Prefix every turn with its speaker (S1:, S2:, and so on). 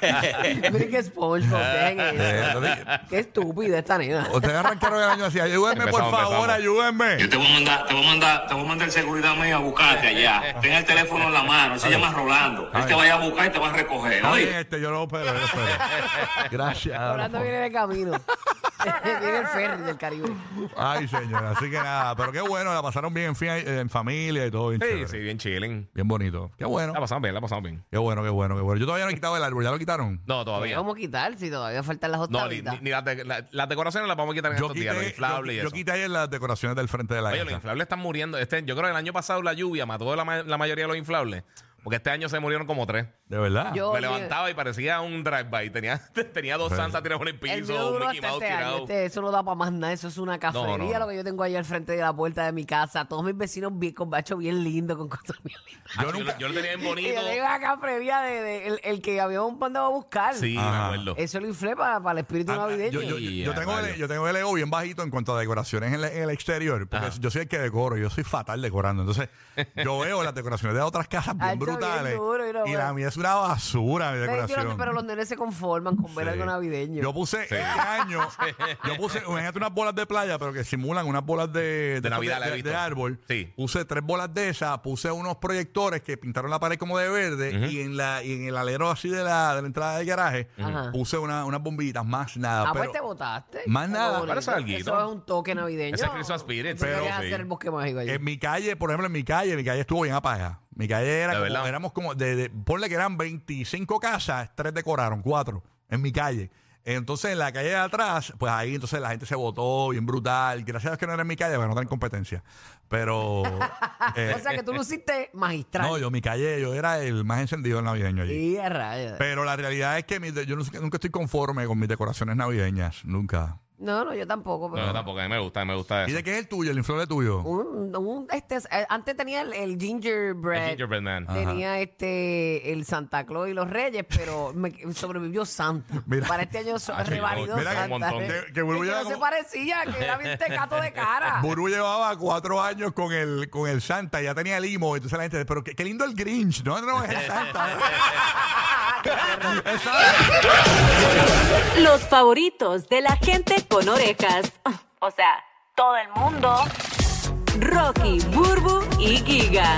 S1: piña.
S2: Miren que SpongeBob, dejen
S3: Eh,
S2: eso.
S3: entonces,
S2: Qué estúpida esta nena.
S3: ustedes arrancaron el año así ayúdenme por
S1: Empezamos,
S3: favor
S1: empezamos.
S4: Yo
S3: ayúdenme
S4: te voy a mandar, te voy a mandar, te voy a mandar el seguridad mío a buscarte allá. Ten el teléfono en la mano, él se llama Rolando. Él te vaya a buscar y te va a recoger,
S3: Está
S4: ¿oíste?
S3: bien, este, yo lo espero, yo lo espero. gracias
S2: Hablando viene de camino. Viene el ferry del Caribe.
S3: Ay, señor. Así que nada, pero qué bueno, la pasaron bien en, fi- en familia y todo. Bien,
S1: Sí,
S3: chévere.
S1: sí, bien chilling.
S3: bien bonito. Qué bueno.
S1: La pasamos bien, la pasamos bien.
S3: Qué bueno, qué bueno, qué bueno. Yo todavía no he quitado el árbol, ya lo quitaron.
S1: No, todavía.
S2: Vamos a quitar si todavía faltan las
S1: No, ni,
S2: octavitas.
S1: ni- ni las de- la- las decoraciones las vamos a quitar en
S3: Yo
S1: estos días, los
S3: quité,
S1: inflables y
S3: yo,
S1: eso.
S3: yo quité ayer las decoraciones del frente de la
S1: Oye, los
S3: casa.
S1: inflables están muriendo. Este, yo creo que el año pasado la lluvia mató la, ma- la mayoría de los inflables. Porque este año se murieron como tres.
S3: De verdad.
S2: Yo-
S1: Me
S2: Oye.
S1: levantaba y parecía un drive-by. Tenía, tenía dos
S3: Pero-
S1: santas tiradas en el
S2: El
S1: piso,
S2: mío
S1: un
S2: duró
S1: Mickey
S2: hasta
S1: Mouse
S2: este año.
S1: tirado.
S2: Este, eso no da para más nada. Eso es una cafetería
S1: no, no.
S2: lo que yo tengo ahí al frente de la puerta de mi casa. Todos mis vecinos bien, con bacho bien lindo, con cosas bien lindas.
S1: Ah,
S3: Yo
S1: Yo,
S3: nunca-
S1: lo- yo lo tenía bien
S2: Y
S1: bonito.
S2: yo tengo una cafetería de, de- el, el que habíamos mandado a buscar.
S1: Sí, me
S3: Ajá.
S1: acuerdo.
S2: Eso lo inflé para, para el espíritu
S3: Ah,
S2: navideño.
S3: yo, yo- yo- yo
S1: Ya,
S3: tengo el,
S1: rayos.
S3: yo tengo el ego bien bajito en cuanto a decoraciones en, la- en el exterior, porque
S1: Ajá.
S3: yo soy el que decoro, yo soy fatal decorando. Entonces, yo veo las decoraciones de otras casas bien
S2: Hacho, bien
S3: brutales.
S2: duro, y no,
S3: y
S2: bueno.
S3: la mía es una basura, mi
S2: Pero yo-
S3: decoración.
S2: pero los nenes se conforman con ver
S3: Sí.
S2: algo navideño.
S3: Yo puse este año, yo puse, imagínate unas bolas de playa, pero que simulan unas bolas de,
S1: Navidad, la he visto.
S3: de árbol.
S1: Sí.
S3: Puse tres bolas de esas, puse unos proyectores que pintaron la pared como de verde y en la y en el alero así de la, de la entrada del garaje
S2: Ajá.
S3: puse una- unas bombillitas, más nada.
S2: ah, pues
S3: pero,
S2: te votaste.
S3: Más nada.
S1: Pero eso es alguito.
S2: Eso es un toque navideño.
S1: Ese es Christmas spirit,
S2: Pero,
S1: pero
S2: querías
S1: sí.
S2: hacer el bosque mágico allí.
S3: en mi calle, por ejemplo, en mi calle, mi calle estuvo bien apagada. Mi calle era
S1: De
S3: como,
S1: verdad.
S3: éramos como, de, de- ponle que eran 25 casas, tres decoraron, cuatro, en mi calle. Entonces, en la calle de atrás, pues ahí entonces la gente se votó bien brutal. Gracias a Dios que no era en mi calle, porque no tenían competencia. Pero, eh,
S1: Pues,
S2: o sea que tú lo hiciste magistral.
S3: no, yo, mi calle, yo era el más encendido navideño allí.
S2: Y a rayos.
S3: Pero la realidad es que mi- yo nunca nunca estoy conforme con mis decoraciones navideñas, nunca.
S2: No, no, yo tampoco.
S1: No,
S2: Pero
S1: yo tampoco, a mí me gusta, me gusta
S3: ¿Y
S1: eso.
S3: de qué es el tuyo, el inflable tuyo?
S2: Un, un- este, eh, antes tenía el, el gingerbread.
S1: El gingerbread
S3: Ah.
S1: man.
S2: Tenía este el Santa Claus y los Reyes, pero me- sobrevivió Santa.
S3: Mira.
S2: Para este año so-
S1: Ah, sí,
S2: revalidó
S3: mira,
S2: Santa.
S3: un montón. Que- que
S2: Y que
S3: volvió
S2: no
S3: como-
S2: se parecía, que era bien tecato de cara.
S3: Burú llevaba cuatro años con el, con el Santa, ya tenía limo, entonces la gente, pero qué, qué lindo el Grinch, no, no, es el Santa. Eso es.
S5: Los favoritos de la gente con orejas. O sea, todo el mundo. Rocky, Burbu y Giga.